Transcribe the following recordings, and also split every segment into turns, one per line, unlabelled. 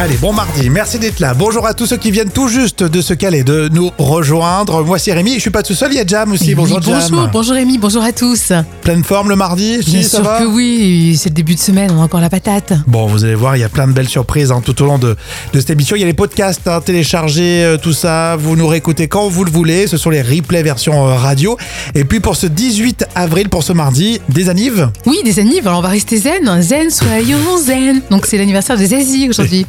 Allez, bon mardi, merci d'être là. Bonjour à tous ceux qui viennent tout juste de se caler, de nous rejoindre. Moi, c'est Rémi, je suis pas tout seul, il y a Jam aussi.
Oui,
bonjour,
bonjour,
Jam.
bonjour Rémi, bonjour à tous.
Pleine forme le mardi, si,
Bien
ça
sûr
va
que oui, c'est le début de semaine, on a encore la patate.
Bon, vous allez voir, il y a plein de belles surprises hein, tout au long de, de cette émission. Il y a les podcasts hein, téléchargés, euh, tout ça. Vous nous réécoutez quand vous le voulez. Ce sont les replays version euh, radio. Et puis pour ce 18 avril, pour ce mardi, des anives.
Oui, des anniversaires, alors on va rester zen, zen, soyons zen. Donc c'est l'anniversaire de Zazie aujourd'hui.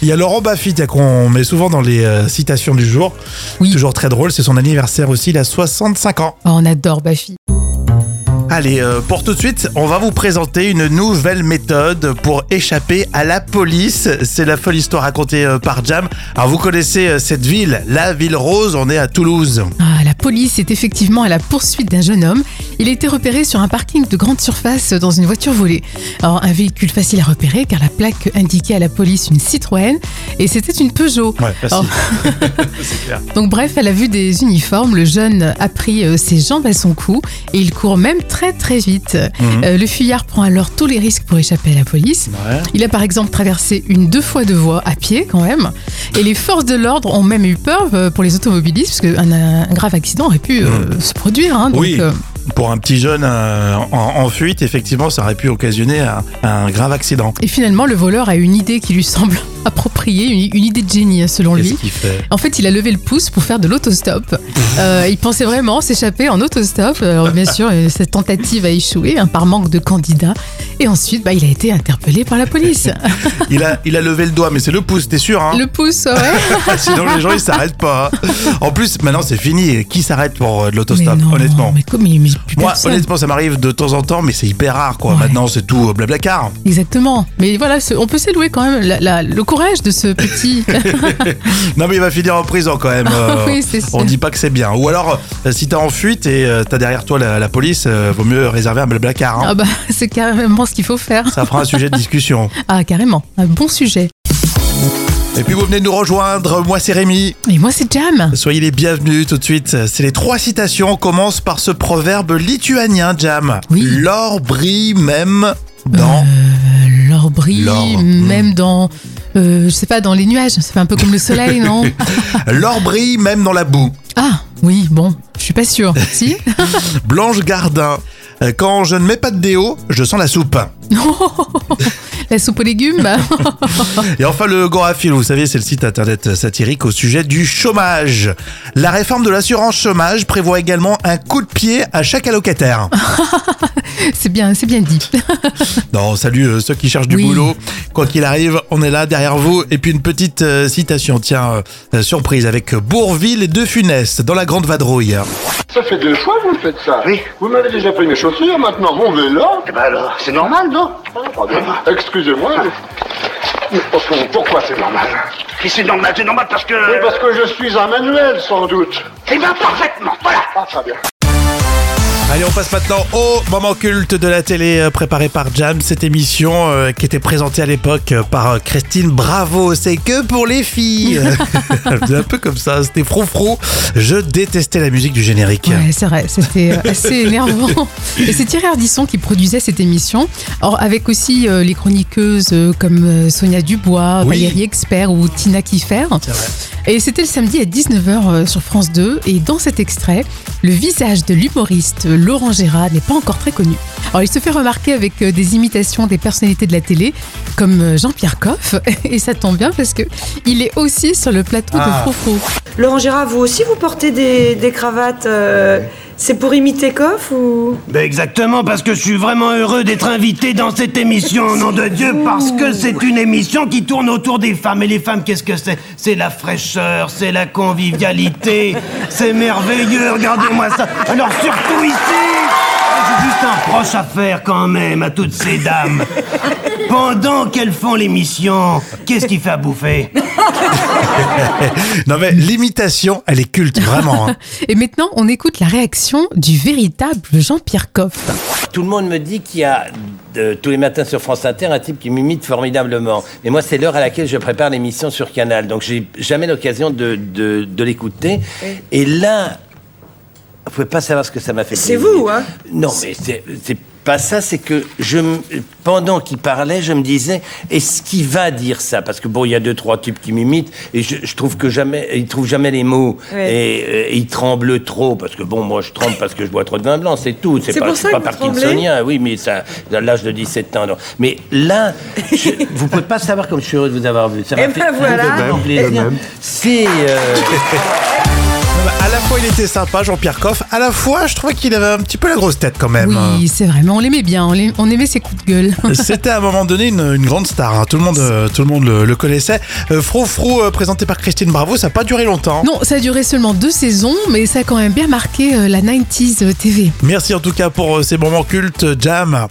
Il y a Laurent Baffy tiens, qu'on met souvent dans les euh, citations du jour.
Oui.
Toujours très drôle. C'est son anniversaire aussi. Il a 65 ans.
Oh, on adore Bafi.
Allez, euh, pour tout de suite, on va vous présenter une nouvelle méthode pour échapper à la police. C'est la folle histoire racontée euh, par Jam. Alors vous connaissez euh, cette ville, la ville rose, on est à Toulouse.
Ah, la police est effectivement à la poursuite d'un jeune homme. Il a été repéré sur un parking de grande surface dans une voiture volée. Alors, un véhicule facile à repérer car la plaque indiquait à la police une Citroën et c'était une Peugeot.
Ouais,
facile. Donc bref, à la vue des uniformes, le jeune a pris euh, ses jambes à son cou et il court même très très vite.
Mhm.
Euh, le fuyard prend alors tous les risques pour échapper à la police. Il a par exemple traversé une deux fois deux voies à pied quand même. Et les forces de l'ordre ont même eu peur euh, pour les automobilistes parce qu'un un grave accident aurait pu euh, se produire. hein.
Mhm.
donc,
Oui.
euh,
Pour un petit jeune euh, en, en fuite, effectivement, ça aurait pu occasionner un, un grave accident.
et finalement, le voleur a une idée qui lui semble appropriée, une, une idée de génie hein, selon lui.
Qu'est-ce qu'il fait
En fait, il a levé le pouce pour faire de l'autostop. Euh, il pensait vraiment s'échapper en autostop. Alors, bien sûr, euh, cette tentative a échoué hein, par manque de candidats. Et ensuite, bah, il a été interpellé par la police.
Ah. il a, il a levé le doigt, mais c'est le pouce, t'es sûr hein
Le pouce, ouais.
Sinon, les gens, ils s'arrêtent pas. hein. En plus, maintenant, c'est fini. Qui s'arrête pour euh, de
Mais
l'autostop,
non,
honnêtement
Mais comme il mais plus
Moi,
personne.
honnêtement, ça m'arrive de temps en temps, mais c'est hyper rare, quoi.
Ouais.
Maintenant, c'est tout euh, blablacar.
Exactement. Mais voilà, ce- on peut s'élouer quand même la- la- le courage de ce petit.
Non, mais il va finir en prison quand même. euh,
oui, c'est sûr.
On dit pas que c'est bien. Ou alors, euh, si t'es en fuite et euh, t'as derrière toi la, la police, euh, vaut mieux réserver un blablacar. hein.
Ah bah, c'est carrément ce qu'il faut faire.
Ça fera un sujet de discussion.
Ah, carrément. Un bon sujet.
Et puis vous venez nous rejoindre, moi c'est Rémi.
Et moi, c'est Jam.
Soyez les bienvenus tout de suite. C'est les trois citations. On commence par ce proverbe lituanien, Jam.
Oui.
L'or brille même dans.
L'or brille,
L'or, hmm.
même dans. euh, je sais pas, dans les nuages. C'est un peu comme le soleil, non Euh.
L'or brille même dans la boue.
Ah oui, bon, je suis pas sûre. Si
Blanche Gardin. euh, Quand je ne mets pas de déo, je sens la soupe.
La soupe aux légumes bah,
Et enfin le Gorafil, vous savez, c'est le site internet satirique au sujet du chômage. La réforme de l'assurance chômage prévoit également un coup de pied à chaque allocataire.
C'est bien, c'est bien dit.
Non, salut euh, ceux qui cherchent du
Oui.
boulot. Quoi qu'il arrive, on est là derrière vous. Et puis une petite euh, citation, tiens, euh, euh, surprise, avec Bourville et De Funès dans la Grande Vadrouille.
Ça fait deux fois que vous faites ça.
Oui.
Vous m'avez déjà pris mes chaussures, maintenant mon vélo.
Eh ben alors, c'est normal, non
Excusez-moi. mais- mais au fond, pourquoi c'est normal
Et c'est normal, c'est normal parce que...
Oui, parce que je suis un manuel, sans doute.
Eh ben parfaitement, voilà
Ah, très bien.
Allez, on passe maintenant au moment culte de la télé euh, préparé par Jam. Cette émission euh, qui était présentée à l'époque euh, par euh, Christine Bravo. C'est que pour les filles. Elle faisait un peu comme ça, c'était froufrou. Je détestais la musique du générique.
Ouais, c'est vrai, c'était euh, assez énervant. Et c'est Thierry Ardisson qui produisait cette émission. Or, avec aussi euh, les chroniqueuses euh, comme euh, Sonia Dubois,
Oui.
Valérie Expert ou Tina Kiffer.
C'est vrai.
Et c'était le samedi à 19h euh, sur France 2. Et dans cet extrait, le visage de l'humoriste euh, Laurent Gérard n'est pas encore très connu. Alors, il se fait remarquer avec euh, des imitations des personnalités de la télé, comme euh, Jean-Pierre Coff. Et ça tombe bien parce que il est aussi sur le plateau
Ah.
de Froufrou.
Laurent Gérard, vous aussi vous portez des, des cravates euh, C'est pour imiter Coff ou
Ben exactement, parce que je suis vraiment heureux d'être invité dans cette émission, au nom de Dieu, parce que c'est une émission qui tourne autour des femmes. Et les femmes, qu'est-ce que c'est C'est la fraîcheur, c'est la convivialité, c'est merveilleux, regardez-moi ça. Alors surtout ici, j'ai juste un proche à faire quand même à toutes ces dames. Pendant qu'elles font l'émission, qu'est-ce qui fait à bouffer
Non mais l'imitation, elle est culte, vraiment. hein.
Et maintenant, on écoute la réaction du véritable Jean-Pierre Coff.
Tout le monde me dit qu'il y a de- tous les matins sur France Inter un type qui m'imite formidablement. Mais moi, c'est l'heure à laquelle je prépare l'émission sur Canal. Donc, j'ai jamais l'occasion de, de- de l'écouter. Et là, vous pouvez pas savoir ce que ça m'a fait.
C'est
plaisir.
vous, hein
Non, mais c'est. c'est- pas ça, c'est que je, m- pendant qu'il parlait, je me disais, est-ce qu'il va dire ça Parce que bon, il y a deux, trois types qui m'imitent, et je, je trouve que jamais, ils trouvent jamais les mots,
Ouais.
et, et ils tremblent trop, parce que bon, moi je tremble parce que je bois trop de vin blanc, c'est tout, c'est
C'est
pas,
pour
je
ça
suis pas
que vous
parkinsonien, oui, mais ça, à l'âge de 17 ans, non. Mais là, je- vous pouvez pas savoir comme je suis heureux de vous avoir vu. Ça m'a
Eh ben
fait
voilà. ben.
énormément
De
plaisir.
de même.
C'est... euh,
À la fois, il était sympa, Jean-Pierre Coff. À la fois, je trouvais qu'il avait un petit peu la grosse tête quand même. hein.
Oui, c'est vrai, mais on l'aimait bien, on l'aim- on aimait ses coups de gueule.
C'était à un moment donné une, une grande star. hein. Tout le monde, euh, tout le, monde le, le connaissait. Euh, Fro Fro, euh, présenté par Christine Bravo, ça n'a pas duré longtemps.
Non, ça a duré seulement deux saisons, mais ça a quand même bien marqué euh, la 90s TV.
Merci en tout cas pour euh, ces moments cultes, euh, Jam.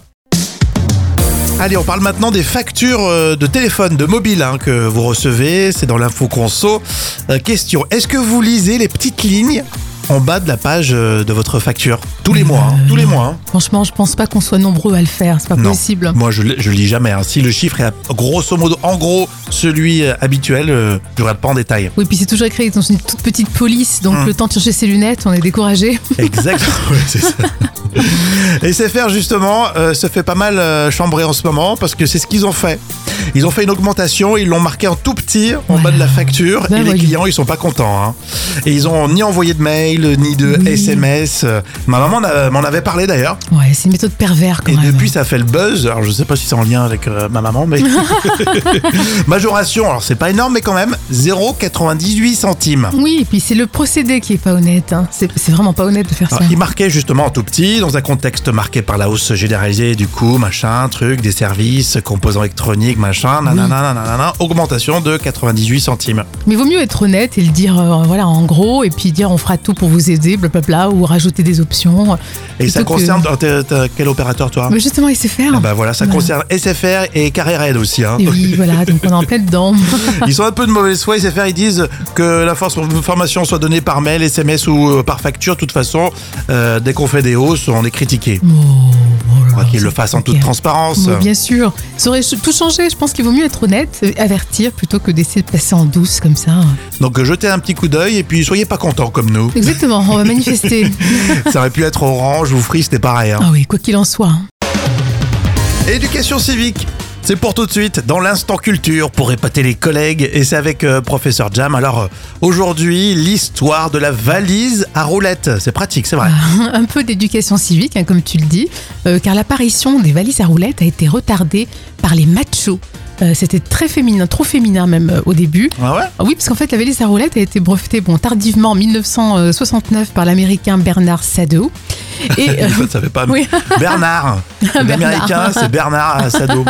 Allez, on parle maintenant des factures euh, de téléphone, de mobile hein, que vous recevez. C'est dans l'info conso. Euh, question est-ce que vous lisez les petites lignes en bas de la page euh, de votre facture tous les mois, hein, tous les mois. hein.
Franchement, je pense pas qu'on soit nombreux à le faire, c'est pas
Non.
possible.
Moi, je, je lis jamais. hein. Si le chiffre est à- grosso modo, en gros, celui euh, habituel, euh, je regarde pas en détail.
Oui, puis c'est toujours écrit dans une toute petite police,
Hum.
donc le temps de chercher ses lunettes, on est découragé.
Exactement, c'est ça. Et SFR, justement, euh, se fait pas mal euh, chambrer en ce moment parce que c'est ce qu'ils ont fait. Ils ont fait une augmentation, ils l'ont marqué en tout petit en bas de la facture
Ben
et les
voyons.
clients, ils sont pas contents. hein. Et ils ont ni envoyé de mail, ni de SMS. Euh, Ma maman n'a- m'en avait parlé d'ailleurs.
Ouais, c'est une méthode pervers quand
Et
même.
depuis, ça fait le buzz. Alors, je sais pas si c'est en lien avec euh, ma maman, mais. Majoration, alors c'est pas énorme, mais quand même, 0,98 centimes.
Oui, et puis c'est le procédé qui est pas honnête. hein. C'est c'est vraiment pas honnête de faire ça.
Alors, Ah, il marquait justement en tout petit, dans un contexte marqué par la hausse généralisée du coût, machin, truc, des services, composants électroniques, machin, nanana, nanana, augmentation de 98 centimes.
Mais vaut mieux être honnête et le dire, euh, voilà, en gros, et puis dire on fera tout pour vous aider, blablabla, ou rajouter des options. euh,
Et ça
Plutôt que-
concerne. oh, t'es- t'es- quel opérateur, toi
Mais justement, il sait faire.
Bah voilà, ça concerne SFR et Carré Raid aussi. Hein.
Et oui, voilà, donc on est en pleine dedans.
Ils sont un peu de mauvaise foi, SFR, ils disent que la for- formation soit donnée par mail, SMS ou euh, par facture. De toute façon, euh, dès qu'on fait des hausses, on est critiqué. Quoi qu'ils le fassent en toute
transparence.
transparence.
Mais bien sûr, ça aurait ch- tout changé. Je pense qu'il vaut mieux être honnête, euh, avertir plutôt que d'essayer de passer en douce comme ça.
Donc euh, jetez un petit coup d'œil et puis soyez pas contents comme nous.
Exactement, on va manifester.
Ça aurait pu être orange ou free, c'était pareil. hein.
ah oui, quoi qu'il en soit. hein.
Éducation civique c'est pour tout de suite dans l'instant culture pour épater les collègues et c'est avec euh, professeur Jam. Alors euh, aujourd'hui l'histoire de la valise à roulette. C'est pratique, c'est vrai.
Un peu d'éducation civique, hein, comme tu le dis, euh, car l'apparition des valises à roulettes a été retardée par les machos. Euh, C'était très féminin, trop féminin même euh, au début.
Ah ouais
Ah Oui, parce qu'en fait, la valise à roulette a été brevetée bon, tardivement en 1969 par l'américain Bernard Sadeau. Et, euh,
Ça, ça fait pas.
Oui.
Bernard. L'américain, c'est Bernard Sado.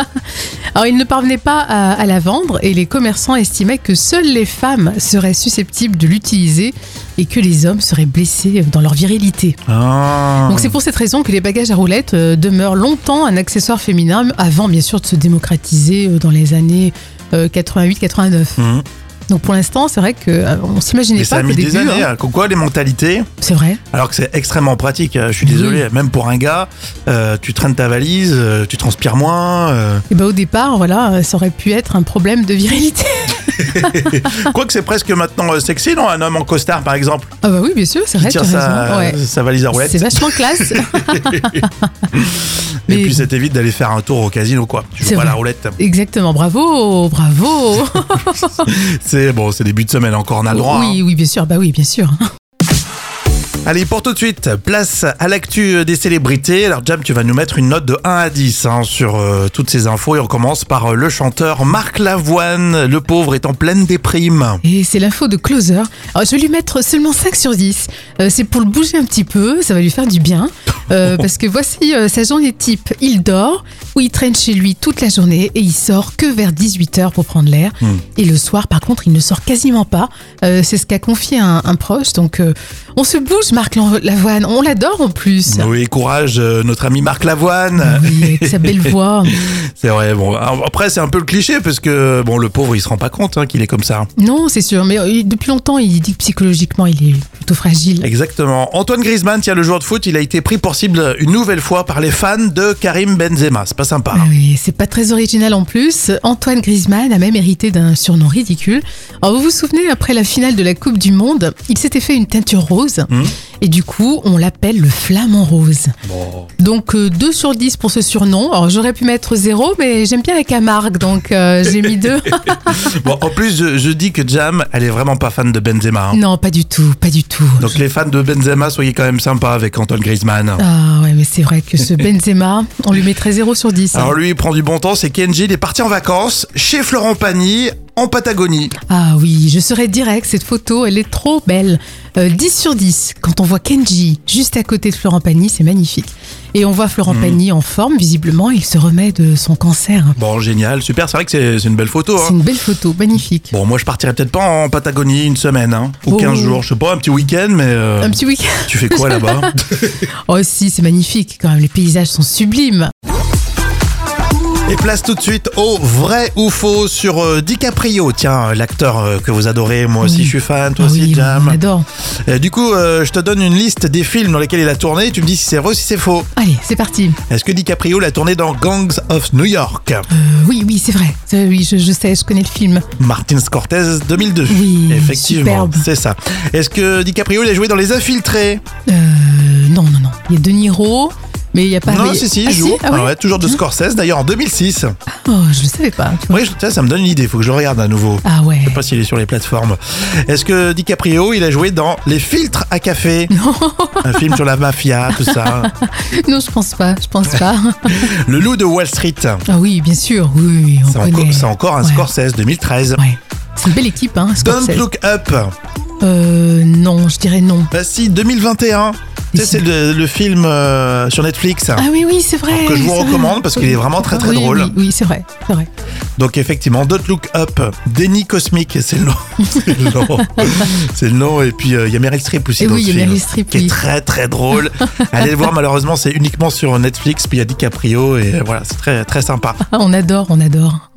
Alors, ils ne parvenaient pas à, à la vendre et les commerçants estimaient que seules les femmes seraient susceptibles de l'utiliser et que les hommes seraient blessés euh, dans leur virilité.
Ah.
Donc, c'est pour cette raison que les bagages à roulettes euh, demeurent longtemps un accessoire féminin avant, bien sûr, de se démocratiser euh, dans les années 88-89.
Mhm.
Donc, pour l'instant, c'est vrai qu'on on s'imaginait
Mais ça
pas
a
qu'au
mis
début.
des années.
hein.
hein. Comme quoi, les mentalités.
C'est vrai.
Alors que c'est extrêmement pratique. euh, Je suis désolé. Même pour un gars, euh, tu traînes ta valise, euh, tu transpires moins. euh,
Et ben, au départ, voilà, euh, ça aurait pu être un problème de virilité.
Quoique c'est presque maintenant euh, sexy, non Un homme en costard, par exemple,
Ah, bah oui, bien sûr, c'est
qui
vrai.
tire
tu as
sa,
raison. Ouais.
sa valise à
C'est
roulette.
vachement classe.
Et
mais-
puis c'est évite d'aller faire un tour au casino, quoi. Tu
C'est
joues pas à la
vrai.
roulette.
Exactement, bravo, bravo.
C'est bon, c'est début de semaine encore, on a le droit. hein.
oui, oui, bien sûr, bah oui, bien sûr.
Allez, pour tout de suite, place à l'actu euh, des célébrités. Alors, Jam, tu vas nous mettre une note de 1 à 10 hein, sur euh, toutes ces infos. Et on commence par euh, le chanteur Marc Lavoine. Le pauvre est en pleine déprime.
Et c'est l'info de Closer. Alors, je vais lui mettre seulement 5 sur 10. Euh, c'est pour le bouger un petit peu, ça va lui faire du bien. Euh, parce que voici euh, sa journée type. Il dort ou il traîne chez lui toute la journée et il sort que vers 18h pour prendre l'air. Et le soir, par contre, il ne sort quasiment pas. Euh, c'est ce qu'a confié un, un proche. Donc, euh, on se bouge, Marc Lan- Lavoine. On l'adore en plus.
Oui, courage, euh, notre ami Marc Lavoine.
Oui, avec sa belle voix.
C'est vrai, bon. alors, Après, c'est un peu le cliché, parce que, bon, le pauvre, il se rend pas compte hein, qu'il est comme ça.
Non, c'est sûr, mais euh, depuis longtemps, il dit que psychologiquement, il est plutôt fragile.
Exactement. Antoine Griezmann, tiens, le joueur de foot, il a été pris pour cible une nouvelle fois par les fans de Karim Benzema. C'est pas sympa. hein.
Ah oui, c'est pas très original en plus. Antoine Griezmann a même hérité d'un surnom
Hmm.
ridicule. Alors, vous vous souvenez, après la finale de la Coupe du Monde, il s'était fait une teinture rose. Et du coup, on l'appelle le flamant rose. Donc euh, 2 sur 10 pour ce surnom. Alors j'aurais pu mettre 0, mais j'aime bien la Camargue, donc euh, j'ai mis 2.
Bon, en plus, je, je dis que Jam, elle est vraiment pas fan de Benzema. hein.
non, pas du tout, pas du tout.
Donc les fans de Benzema, soyez quand même sympas avec Antoine Griezmann.
Ah ouais, mais c'est vrai que ce Benzema, on lui mettrait 0 sur 10. hein.
Alors lui, il prend du bon temps, c'est Kenji, il est parti en vacances chez Florent Pagny, en Patagonie.
Ah oui, je serais direct, cette photo, elle est trop belle. Euh, 10 sur 10, quand on voit Kenji juste à côté de Florent Pagny, c'est magnifique. Et on voit Florent
Mm.
Pagny en forme, visiblement, il se remet de son cancer.
Bon, génial, super, c'est vrai que c'est c'est une belle photo. hein.
C'est une belle photo, magnifique.
Bon, moi, je partirais peut-être pas en Patagonie une semaine, hein, ou
Oh.
15 jours, je sais pas, un petit week-end, mais euh,
Un petit week-end.
tu fais quoi là-bas
Oh si, c'est magnifique quand même, les paysages sont sublimes.
Et place tout de suite au vrai ou faux sur euh, DiCaprio. Tiens, euh, l'acteur euh, que vous adorez, moi aussi
Oui.
je suis fan, toi
Ah
aussi
oui,
Jam.
on adore.
Euh, du coup, euh, je te donne une liste des films dans lesquels il a tourné, tu me dis si c'est vrai ou si c'est faux.
Allez, c'est parti.
Est-ce que DiCaprio l'a tourné dans Gangs of New York
Euh, oui, oui, c'est vrai. Ça, Oui, je, je sais, je connais le film.
Martin Scorsese 2002.
Oui,
Effectivement,
superbe.
c'est ça. Est-ce que DiCaprio l'a joué dans Les Infiltrés
Euh, non, non, non. Il y a De Niro, mais il n'y a pas...
Non,
mais-
si, si,
Ah,
il joue.
Ah ouais
Ah ouais, toujours de Scorsese, d'ailleurs en 2006.
Oh, je ne savais pas. tu vois.
Oui, ça, ça me donne une idée, faut que je le regarde à nouveau.
Ah ouais.
Je sais pas s'il est sur les plateformes. Est-ce que DiCaprio, il a joué dans Les filtres à café Un film sur la mafia, tout ça.
Non, je pense pas, je pense pas.
Le loup de Wall Street.
ah oui, bien sûr, oui, oui, oui, on
C'est
connaît.
encore, c'est encore un
Ouais,
Scorsese 2013.
Ouais. C'est une belle équipe, hein,
Don't
Scorsese.
Look Up.
Euh, non, je dirais non.
Bah si, 2021. Tu sais,
Ici.
c'est le, le film euh, sur Netflix.
Ah oui, oui, c'est vrai.
Alors que je vous
c'est vrai.
recommande parce qu'il est vraiment très, très
Oui,
drôle.
Oui, oui, c'est vrai, c'est vrai.
Donc effectivement, Don't Look Up, Déni Cosmique, c'est le nom. C'est le nom. C'est le nom. Et puis euh, il y a Meryl Streep aussi
Et
dans
oui,
le
il y a
film,
Meryl Streep,
qui est
oui.
très très drôle. Allez le voir, malheureusement c'est uniquement sur Netflix. Puis il y a DiCaprio et euh, voilà, c'est très très sympa.
Ah, on adore, on adore.